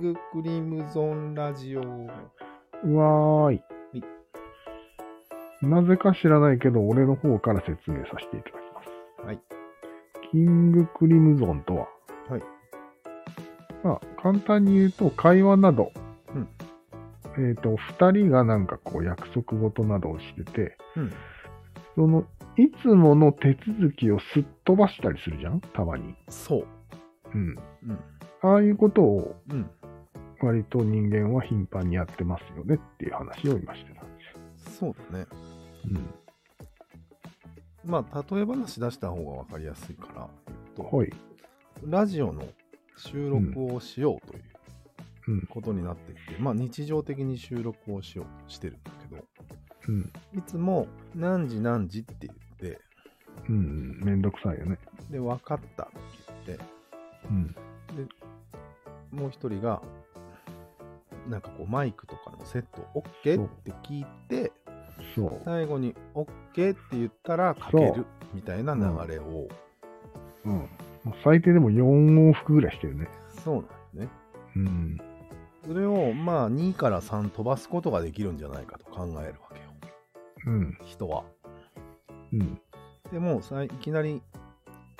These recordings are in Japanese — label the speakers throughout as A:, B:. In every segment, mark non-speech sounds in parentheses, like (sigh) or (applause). A: グクリムゾンラジオ。
B: わーい
A: い。
B: なぜか知らないけど、俺の方から説明させていただきます。
A: はい。
B: キングクリムゾンとは、
A: はい。
B: まあ、簡単に言うと、会話など、
A: うん
B: えっ、と、二人がなんかこう、約束事などをしてて、
A: うん。
B: その、いつもの手続きをすっ飛ばしたりするじゃんたまに。
A: そう。
B: うん。
A: うん。
B: ああいうことを、
A: うん。
B: 割と人間は頻繁にやってますよねっていう話を今してたんで
A: そうだね。
B: す。うん。
A: まあ、例え話出した方がわかりやすいから、えっと
B: はい。
A: ラジオの収録をしようといううんことになっていて、まあ、日常的に収録をしようとしてるんだけど、
B: うん。
A: いつも何時何時って言って、
B: うん。めんどくさいよね。
A: で、分かったって言って、
B: うん。
A: もう一人が、なんかこうマイクとかのセット OK って聞いて、
B: そう。
A: 最後に OK って言ったらかけるみたいな流れを、
B: うん。もう最低でも4往復ぐらいしてるね。
A: そうなんですね。
B: うん。
A: それをまあ2から3飛ばすことができるんじゃないかと考えるわけよ、
B: うん。
A: 人は。
B: うん。
A: でもうさいきなり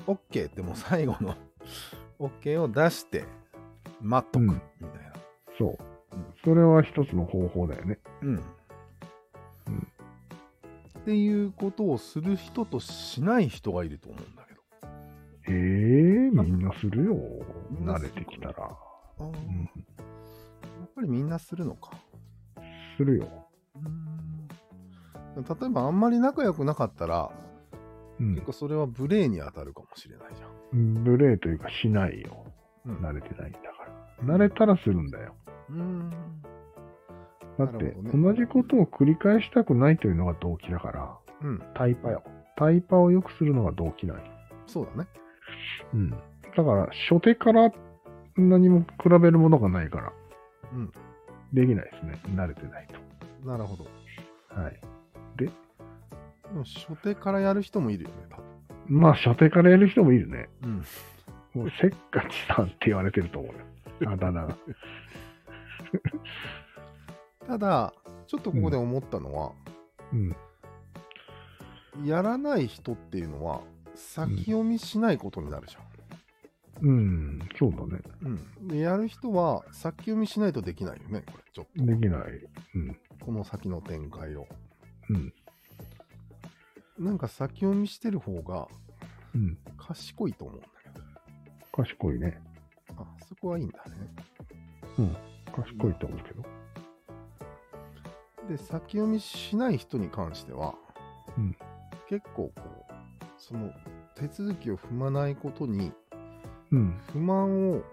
A: OK ってもう最後の (laughs) OK を出して待っとく
B: うん
A: みたいな。
B: そう。それは一つの方法だよね。
A: うん。
B: うん
A: っていうことをする人としない人がいると思うんだけど。
B: ええー、みんなするよ。
A: みんな
B: 慣
A: す
B: れ
A: る
B: てきたら。
A: あー
B: うん。
A: やっぱりみんなするのか。
B: するよ。
A: 例えばあんまり仲良くなかったら、
B: う
A: 結構それは無礼に当たるかもしれないじゃん。
B: ん。無礼というかしないよ。
A: うん
B: 慣れてないんだから。慣れたらするんだよ。
A: うん。
B: だって、
A: なるほど
B: 同
A: ね
B: じことを繰り返したくないというのが動機だから、
A: うん。
B: タイパよ。タイパを良くするのが動機ない。
A: そうだね。
B: うん。だから、初手から何も比べるものがないから、
A: うん。
B: できないですね。慣れてない
A: なるほど。
B: と。はい。
A: でも初手からやる人もいるよね、多
B: まあ、初手からやる人もいるね。
A: 分。うん。
B: もうせっかちさんって言われてると思うよ。あだ名が。
A: ただ、ちょっとここで思ったのは、
B: うん。
A: やらない人っていうのは、先読みしないことになるじ
B: うん。そうだね。
A: ゃん。うん。で、やる人は、先読みしないとできないよね、これ。ちょっ
B: できない。うん。
A: と、この先の展開を。
B: うん。
A: なんか先読みしてる方が、
B: うん。
A: 賢いと思うんだけど。
B: 賢いね。
A: あ、そこはいいんだね。
B: 賢いと思うけど。
A: で、先読みしない人に関しては、
B: うん
A: 結構こう、その手続きを踏まないことに
B: うん。
A: 不満を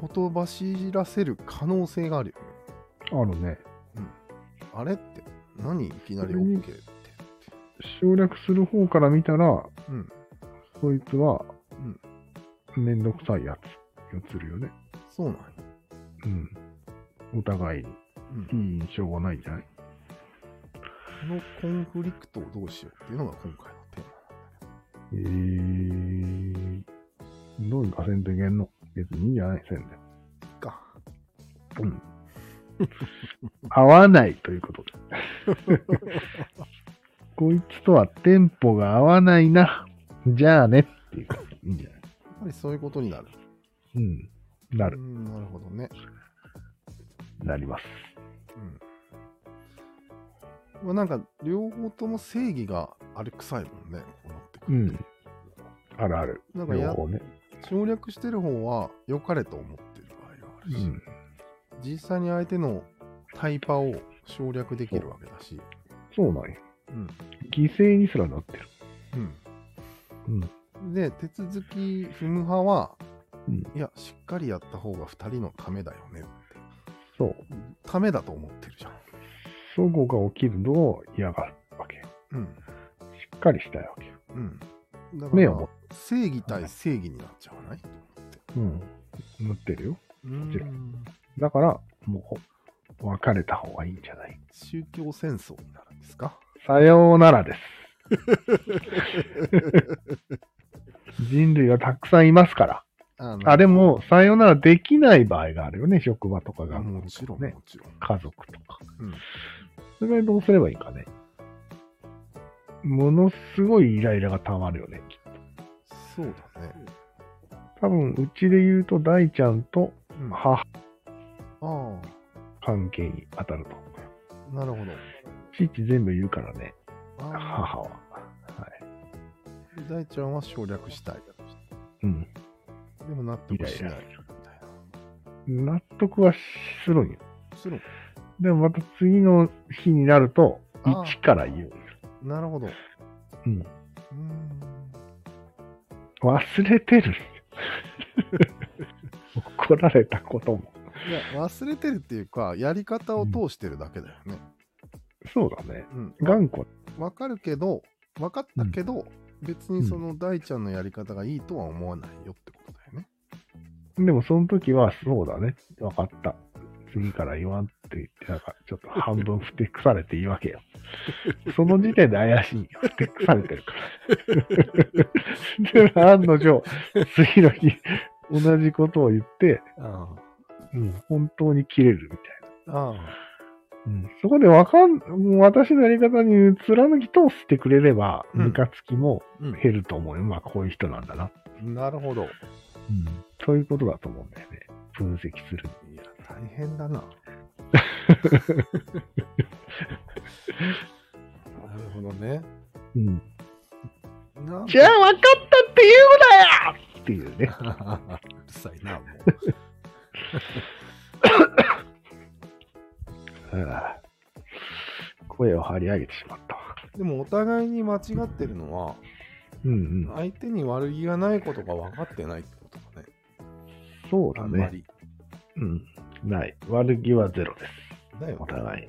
A: ほとばしらせる可能性があるよね。
B: あるね。
A: あれって、何いきなり
B: それに
A: OK って。
B: 省略する方から見たら、
A: うん。
B: そいつは、
A: ん
B: めんどくさいやつに映るよね。
A: そうなんよ
B: うん。お互いに
A: うん、
B: いい印象はないんじゃない
A: このコンフリクトをどうしようっていうのが今回のテー
B: えー、どうにかせんといけんの別にいいんじゃないせんで。
A: マか。 (laughs)
B: うん。合わないということで。こいつとはテンポが合わないな。じゃあねっていう感じ。いいんじゃない
A: やっぱりそういうことになる。
B: うん。な
A: う
B: る。
A: んなるほどね。
B: なります。
A: うんまあ、なんか両方とも正義があれ臭いもんね、こうなってく
B: う
A: る
B: ん。あるある。
A: なんか
B: 両
A: や
B: 方ね。
A: 省略してる方は良かれと思ってる場合があ
B: う
A: るし、
B: ん。
A: 実際に相手のタイパを省略できるわけだし、
B: そうなんよ。
A: うん
B: 犠牲にすらなってる。
A: うんで、手続き踏む派は、
B: うん
A: いや、しっかりやった方が2人のためだよねっ
B: そう。
A: て、ためだと思ってるじゃん。
B: そこが起きるのを嫌がるわけ。
A: うん
B: しっかりしたいわけ。
A: うん、だか
B: 目を持
A: ら正義対正義になっちゃわないと思って。
B: うん。持ってるよ。ちろ
A: うん
B: だから、もう、別れた方がいいんじゃない
A: 宗教戦争になるんですか
B: さようなら
A: (laughs)
B: です。人類はたくさんいますから。
A: あ
B: あ、でも、さよならできない場合があるよね、職場とかが。
A: もちろん、
B: ね。
A: もちろん。
B: 家族とか。
A: うん
B: それぐらいどうすればいいかね。ものすごいイライラが溜まるよね。
A: そうだね。
B: 多分、うちで言うと、大ちゃんと
A: うん、あ
B: 母
A: あ、
B: 関係に当たると。
A: なるほど。
B: 父全部言うからね、
A: ああ
B: 母は。はい。
A: (laughs) 大ちゃんは省略したい。
B: うん。
A: でも納得しない。
B: イ
A: み
B: ラ
A: た
B: イ
A: い
B: 納得はするんよ。
A: な。する
B: でもまた次の日になると、
A: ああ
B: 一から言う。
A: なるほど。う
B: うん。
A: ーん。
B: 忘れて
A: (laughs)
B: る。怒られたことも。
A: いや、忘れてるっていうか、やり方を通してるだけだよね。
B: そうだね。
A: うん。
B: 頑固。
A: わかるけど、わかったけど、別にその大ちゃんのやり方がいいとは思わないよってことだよね。
B: でもその時は、そうだね。わかった。次から言わんって言って、なんかちょっと半分ふてくされていいわ
A: (laughs)
B: けよ。その時点で怪しいよ。ふてくされてるから。 (laughs) で、案の定、次の日、同じことを言って、
A: あ
B: もう本当に切れるみたいな。
A: あ。ああ。
B: うんそこでわかん、もう私のやり方に貫き通してくれれば、
A: うん
B: ムカつきも
A: うん
B: 減ると思うよ。まあ、こういう人なんだな。
A: なるほど。
B: うん。そういうことだと思うんだよね。分析する。
A: いや、大変だ (laughs) な。なるほどね。
B: うん。
A: なん
B: じゃあ、わかったって言うなよっていうね。
A: か (laughs) うるさいな、も
B: ああ声を張り上げてしまったわ。
A: う。でも、お互いに間違ってるのは、
B: うんうん。
A: 相手に悪気がないことが分かってないってことだね。
B: そう
A: あ
B: だ
A: んま
B: ね。
A: り。
B: うん。ない。悪気はゼロです。
A: だよ
B: お
A: ね。
B: 互い。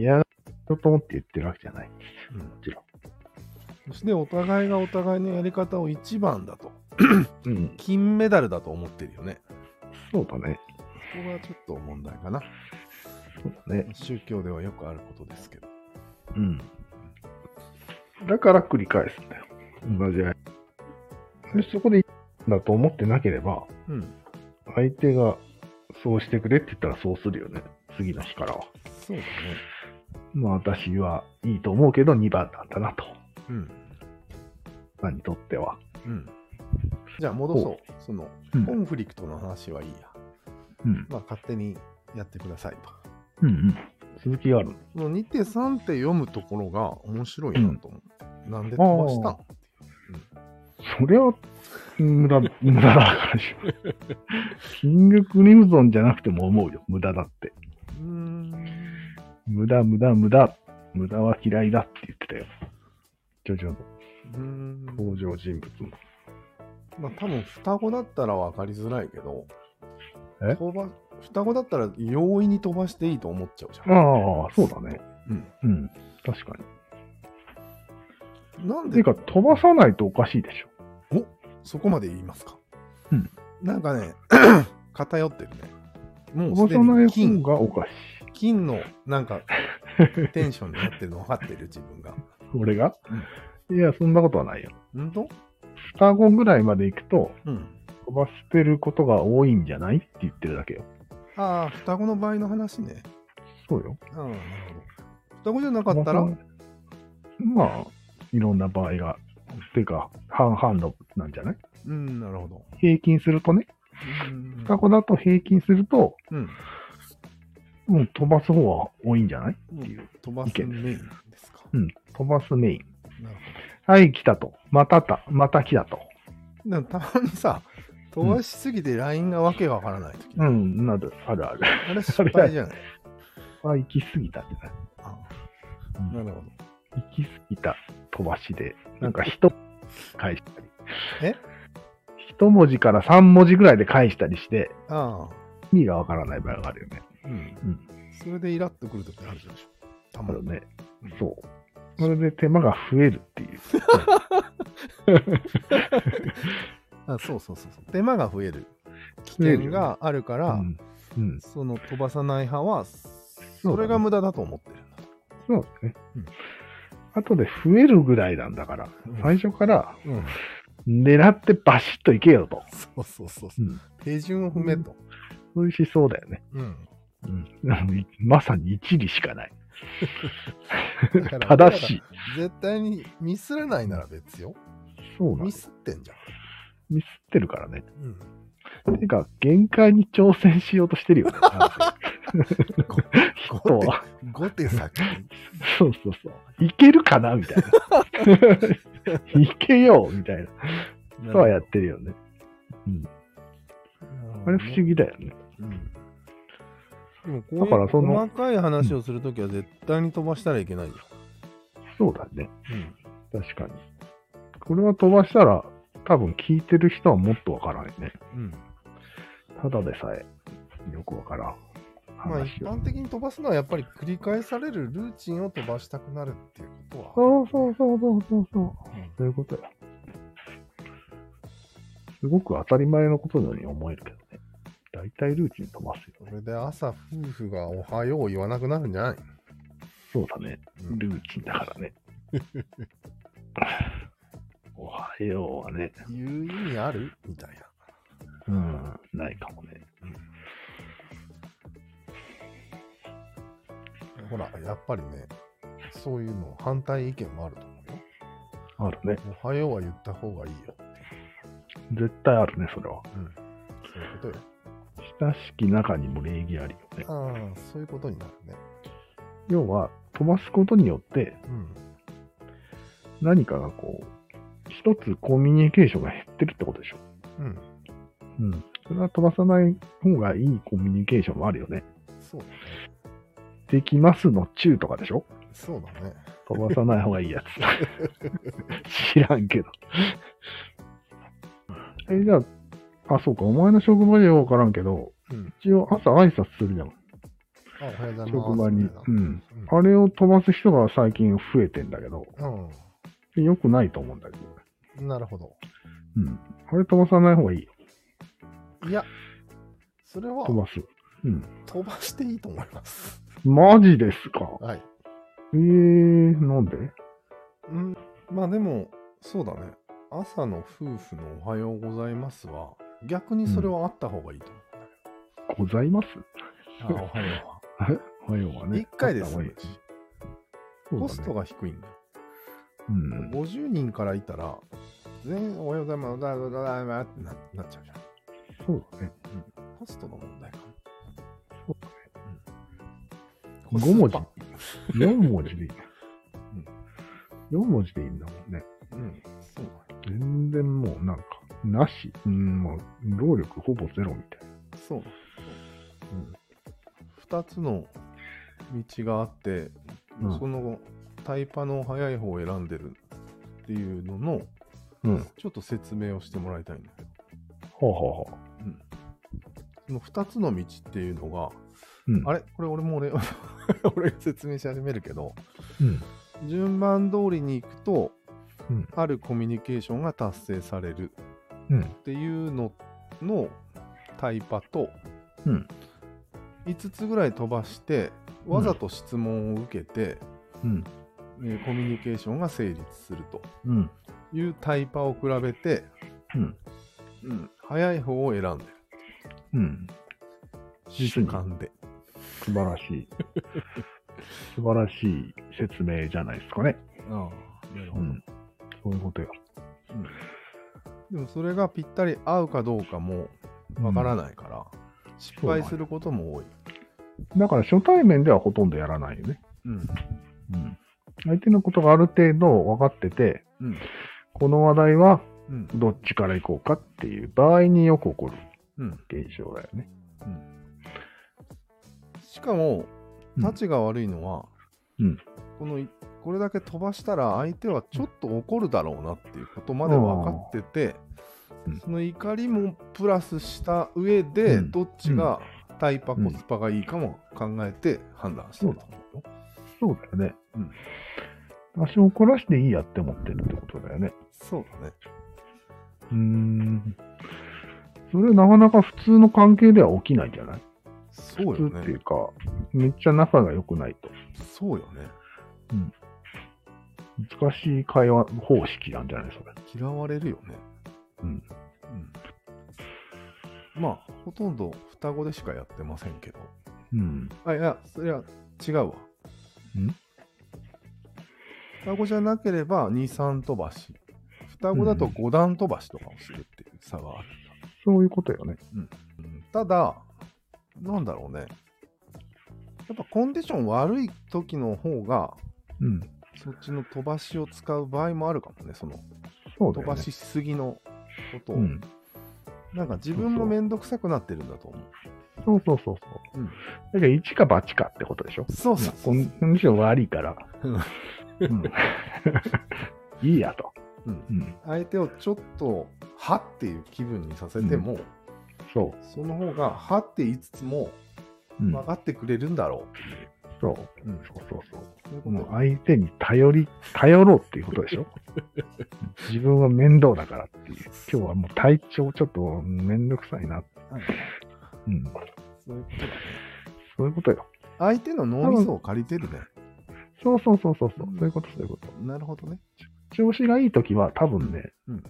B: いや、ちょっと思って言ってるわけじゃない。
A: うん
B: ちろ
A: そして、お互いがお互いのやり方を一番だと、
B: うん。
A: 金メダルだと思ってるよね。
B: そうだね。
A: ここがちょっと問題かな。
B: そうだね。
A: 宗教ではよくあることですけど。
B: うん。だから繰り返すんだよ。同じ愛。でそこでいいんだと思ってなければ、
A: うん。
B: 相手がそうしてくれって言ったらそうするよね。次の日からは。
A: そうだね。
B: まあ私はいいと思うけど2番なんだなと。
A: うん。
B: 何にとっては。
A: うん。じゃあ、戻そう。その、
B: うん
A: コンフリクトの話はいいや。
B: うん。
A: まあ、勝手にやってくださいと。
B: うんうん。続きがある。
A: その2手3手読むところが面白いなと思う。なんで飛ばしたん
B: そりゃ、無駄、無駄だからし。 (laughs) キングクリムゾンじゃなくても思うよ。無駄だって。
A: うーん。
B: 無駄、無駄、無駄。無駄は嫌いだって言ってたよ。ジョジョの
A: うーん
B: 登場人物も。
A: まあ多分双子だったら分かりづらいけど
B: え
A: 飛ば双子だったら容易に飛ばしていいと思っちゃうじゃん。
B: ああ、そうだね。
A: うん、
B: うん。確か
A: なん
B: に。て
A: で
B: か、飛ばさないとおかしいでしょ。
A: そこまで言いますか、
B: うん
A: なんかね (clears throat) 偏ってるね。もう
B: 飛ば
A: すで
B: さない
A: に
B: 方
A: 金
B: がおかし
A: 金のなんかテンションになってるの分かってる自分が。
B: い。俺が、いや、そんなことはないよ。
A: んと
B: 双子ぐらいまで行くと、
A: うん。
B: 飛ばしてることが多いんじゃないって言ってるだけよ。
A: ああ、双子の場合の話ね。
B: そうよ。
A: ああ、なるほど。双子じゃなかったら、
B: 飛ばさまあ、いろんな場合が。ていうか、半々のなんじゃない
A: うん、なるほど。
B: 平均するとね、
A: うん
B: 双子だと平均すると、
A: うん。
B: もう飛ばす方は多いんじゃない
A: もう飛ばすメインですか。
B: 飛ばすメイン。
A: なる
B: はい、来たと。またた、また来たと。
A: ほど。でもたまにさ、飛ばしすぎて LINE がわけがわからないとき、
B: うん、なる、あるある。 (laughs)
A: あれ失敗じゃない。
B: あ、行き過ぎたってな。
A: あ
B: うん
A: なるほど。
B: 行き過ぎた飛ばしで、なんか人返したり。
A: え
B: 一文字から三文字ぐらいで返したりして、
A: あ
B: 意味がわからない場合があるよね。
A: あ、うん。
B: うん。
A: それでイラッとくるときあるでしょ。た
B: あ
A: ま
B: る
A: に。
B: ね。そう。それで手間が増えるって
A: (laughs)
B: いう。
A: あそうそうそうそう。手間が増える危
B: 増える
A: 険があるか
B: う
A: ら、
B: ん。うん。
A: その飛ばさない派は、
B: うだね
A: それが無駄だと思ってるんだと。
B: そうですね
A: うん。
B: あとで増えるぐらいなんだから、
A: うん
B: 最初から
A: うん
B: 狙ってバシッといけよと。
A: そうそうそう
B: う
A: そう。
B: ん。
A: 手順を踏めと。
B: そういう思想だよね。
A: うん。
B: うん。 (laughs) まさに一理しかない。
A: だから
B: (laughs) 正しい。
A: 絶対にミスらないなら別よ。
B: そうなの
A: ミ。スってんじゃん。
B: ミスってるからね。
A: うん、
B: てか、限界に挑戦しようとしてる
A: (laughs)
B: よね。あの
A: こ
B: 人は。
A: 5手先に
B: そうそうそう。いけるかなみたい
A: (laughs)
B: な。いけようみたいな。人はやってるよね。あれ不思議だよね。
A: うんでもこういう
B: だからその
A: 細かい話をするときは絶対に飛ばしたらいけないよ。
B: そうだね。
A: うん、
B: 確かに。これは飛ばしたら、多分聞いてる人はもっとわからないね。
A: うん
B: ただでさえ、よくわからん
A: まあ一
B: 話を。
A: 般的に飛ばすのはやっぱり繰り返されるルーチンを飛ばしたくなるっていうことは。
B: そうそうそうそうそうそう。そういうことや。すごく当たり前のことのように思えるけどね。大体ルーチン飛ばすよ
A: そ
B: ね。
A: れで朝夫婦がおはよう言わなくなるんじゃない
B: そうだね。
A: うん
B: ルーチンだから
A: (laughs)
B: ね。おはようはね、
A: 言う意味あるみたいな。
B: うん、ないかもね。
A: ほら、やっぱりね、そういうの反対意見もあると思う
B: あ
A: よ。
B: るね。
A: おはようは言った方がいいよ。
B: 絶対あるね、それは。
A: そういうことよ。
B: 親しき中にも礼儀ありよね。
A: ああ、そういうことになるね。
B: 要は、飛ばすことによって、
A: うん。
B: 何かがこう、一つコミュニケーションが減ってるってことでしょ。
A: うん。
B: うん。それは飛ばさない方がいいコミュニケーションもあるよね。
A: そうだね。
B: できますの中とかでしょ
A: そうだね。
B: 飛ばさない方がいいや
A: (laughs)
B: つ。知らんけど。え、じゃあ、あ、そうか、お前の職場では分からんけど、
A: うん。
B: 一応朝挨拶するじゃん、
A: あ、おはようございます。
B: 職場に。。
A: みたいうなん
B: あれを飛ばす人が最近増えてんだけど、
A: うん。
B: 良くないと思うんだけど。
A: うんなるほど。
B: うん。あれ飛ばさない方がいいよ。
A: いや、それは
B: 飛ばす。うん。
A: 飛ばしていいと思います。
B: マジですか。
A: はい。
B: えー、なんで
A: うん。まあでも、そうだね。朝の夫婦のおはようございますは、逆にそれはあった方がいいと
B: ご
A: 思
B: ざいます
A: う。あおはよ
B: (laughs) おはようは
A: (laughs) うは。
B: ね。
A: 1回です
B: あっ
A: よ
B: た方がいい。
A: コスト
B: が。
A: が低いんだよ。
B: うん。
A: 50人からいたら、全員おはようございます、おはようございますってななっちゃうじゃん。
B: そうだね。
A: コストの問題かな。
B: そう
A: コス
B: 5文字
A: パ。
B: 4文字でいい。4文字でいいんだもんね。
A: うん、そうだね。
B: 全然もうなんか、なし。うん、もう、労力ほぼゼロみたい
A: そう。2つの道があって、
B: うん
A: そのタイパの早い方を選んでるっていうのの、
B: な。うん。は
A: ちょっと説明をしてもらいたいんだけど、
B: あ、はあはあ、
A: その2つの道っていうのが、
B: うん。
A: あれこれ俺も俺、 (laughs) 俺が説明し始めるけど、
B: うん。
A: 順番通りに行くと、
B: うん
A: あるコミュニケーションが達成される
B: うん。
A: っていうののタイパと、
B: うん
A: 5つぐらい飛ばしてわざと質問を受けて、
B: うん。
A: えーコミュニケーションが成立すると
B: うん。
A: いうタイパを比べて、
B: うん。
A: うん、早い方を選んでる
B: うん。
A: 主観で
B: 素晴らし
A: (laughs)
B: い。素晴らしい説明じゃないですかね。
A: ああなる
B: うん。そういうことよ。
A: でもそれがぴったり合うかどうかもわからないから、失敗することも多い、
B: だから初対面ではほとんどやらないよね。
A: うん
B: うん。相手のことがある程度分かってて、
A: うん
B: この話題は
A: うん
B: どっちから行こうかっていう場合によく起こる
A: うん、
B: 現象だよね。
A: しかも
B: うん
A: たちが悪いのは、
B: うん
A: このいこれだけ飛ばしたら相手はちょっと怒るだろうなっていうことまで分かってて、
B: うん
A: その怒りもプラスした上で、
B: うん
A: どっちがタイパ
B: うん
A: コスパがいいかも考えて判断してると思うよ。
B: そうだよね。
A: うん。
B: 多少怒らしていいやって思ってるってことだよね。
A: そうだね。
B: うーん。それなかなか普通の関係では起きないんじゃない
A: そう
B: 普
A: よ
B: 通ってい
A: ね
B: う。か、めっちゃ仲が良くないと。
A: そうよね。
B: 難しい会話方式なんじゃないそれ。
A: 嫌われるよね。
B: うん。
A: うん、まあ、ほとんど双子でしかやってませんけど。
B: うん。
A: あ、いや、それは違うわ。
B: ん
A: 双子じゃなければ2、3飛ばし。双子だと
B: うん
A: 5段飛ばしとかをするっていう差がある。
B: そういうことよね。
A: うんただ、なんだろうね。やっぱコンディション悪い時の方が、
B: うん。
A: そっちの飛ばしを使う場合もあるかもね、その
B: そうだ
A: 飛
B: よ
A: ば
B: ね。
A: ししすぎのことを。
B: うん。
A: なんか自分もめんどくさくなってるんだと思
B: そうそうそうそう。
A: うん
B: だから1か8かってことでしょ
A: う。そう
B: まあ
A: そうそ
B: コ
A: う。
B: ンコンディション悪いから。うん、 (laughs) いいやと。
A: うん
B: うん、
A: 相手をちょっと、はっていう気分にさせても、
B: そ
A: その方が、はって言いつつも、
B: う。うん
A: 分かってくれるんだろ
B: そう。
A: う。うん。
B: そうそうそう。
A: そういうこ
B: もう
A: と
B: 相手に頼り、頼ろうっていうことで
A: (laughs)
B: しょ自分は面倒だからっていう。今日はもう体調ちょっと面倒くさいな。
A: はい
B: うん。
A: そういうことだね。
B: そういうことよ。
A: 相手の脳みそを借りてるね。
B: そうそうそうそうそう。そういうこと、そういうこと。
A: なるほどね。
B: 調子がいいときは多分ね、
A: うん。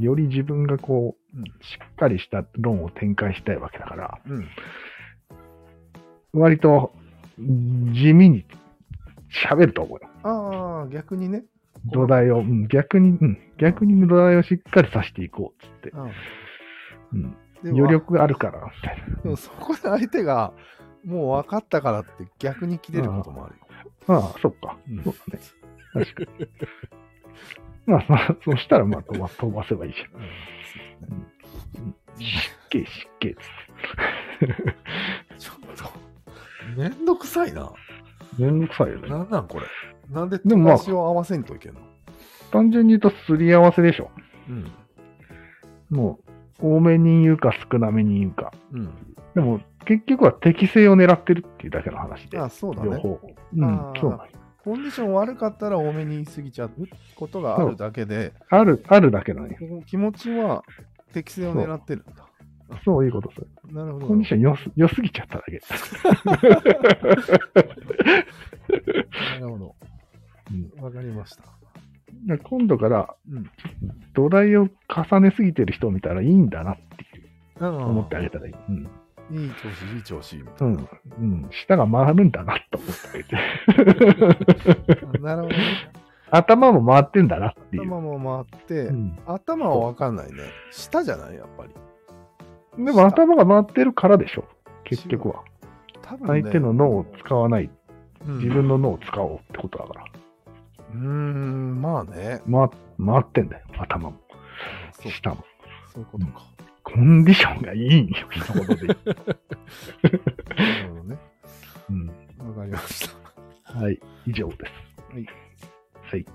B: より自分がこう、
A: うん
B: しっかりした論を展開したいわけだから、
A: うん。
B: 割と地味に喋ると思うよ。
A: ああ、逆にね。
B: 土台を、うん逆に、うん逆に土台をしっかりさしていこうっつって。
A: あ
B: うん
A: ーでも
B: 余力があるから、みたいな。
A: でもそこで相手が、もう分かったからって逆に切れることもあるよ。
B: ああ、そっか。
A: うん
B: そうだね。確かに。まあ、まあ、そうしたら、まあ、飛ば飛ばせばいいじゃん。
A: うんそうね
B: 失敬、失敬っつっ
A: ちょっと、めんどくさいな。
B: て。めんどくさいよね。
A: なんなんこれ。なんで、
B: でもまあ
A: 私を合わせんといけんの
B: 単純に言うと、すり合わせでしょ。
A: うん。
B: もう、多めに言うか、少なめに言うか。
A: うん。
B: でも、結局は適性を狙ってるっていうだけの話で。
A: あ、そうだ
B: 両
A: ね。
B: 方。うん
A: あ、ー
B: そうなんよ
A: コンディション悪かったら多めに言い過ぎちゃうことがあるだけで、
B: ある、あるだけのね。
A: ここ気持ちは適性を狙ってるんだ。
B: そういうことする。
A: なるほど。
B: コンディション良す良すぎちゃっただけ。
A: なるほど。わ、かりました。
B: だから今度から、
A: うん。
B: 土台を重ねすぎてる人を見たらいいんだなっていう。思
A: 思
B: ってあげたらいい。うん。
A: いい調子、いい調子。みた
B: う
A: い
B: ん。うん。舌が回るんだなと思ってあげて。
A: (laughs) ななるほどね。
B: 頭も回ってんだなっていう。
A: 頭も回って、
B: うん、
A: 頭はわかんないね。舌じゃないやっぱり。
B: でも頭が回ってるからでしょ。結局は。
A: 多分、ね、
B: 相手の脳を使わない。
A: うん、
B: 自分の脳を使おうってことだから。
A: うーん、まあね。
B: ま、回ってんだよ。頭も。
A: そう
B: 舌も。
A: そういうことか。
B: コンディションがいいんよ。一言で言う。
A: なるほどね。
B: うん。
A: わかりました。
B: はい。以上です。
A: はい。
B: はい。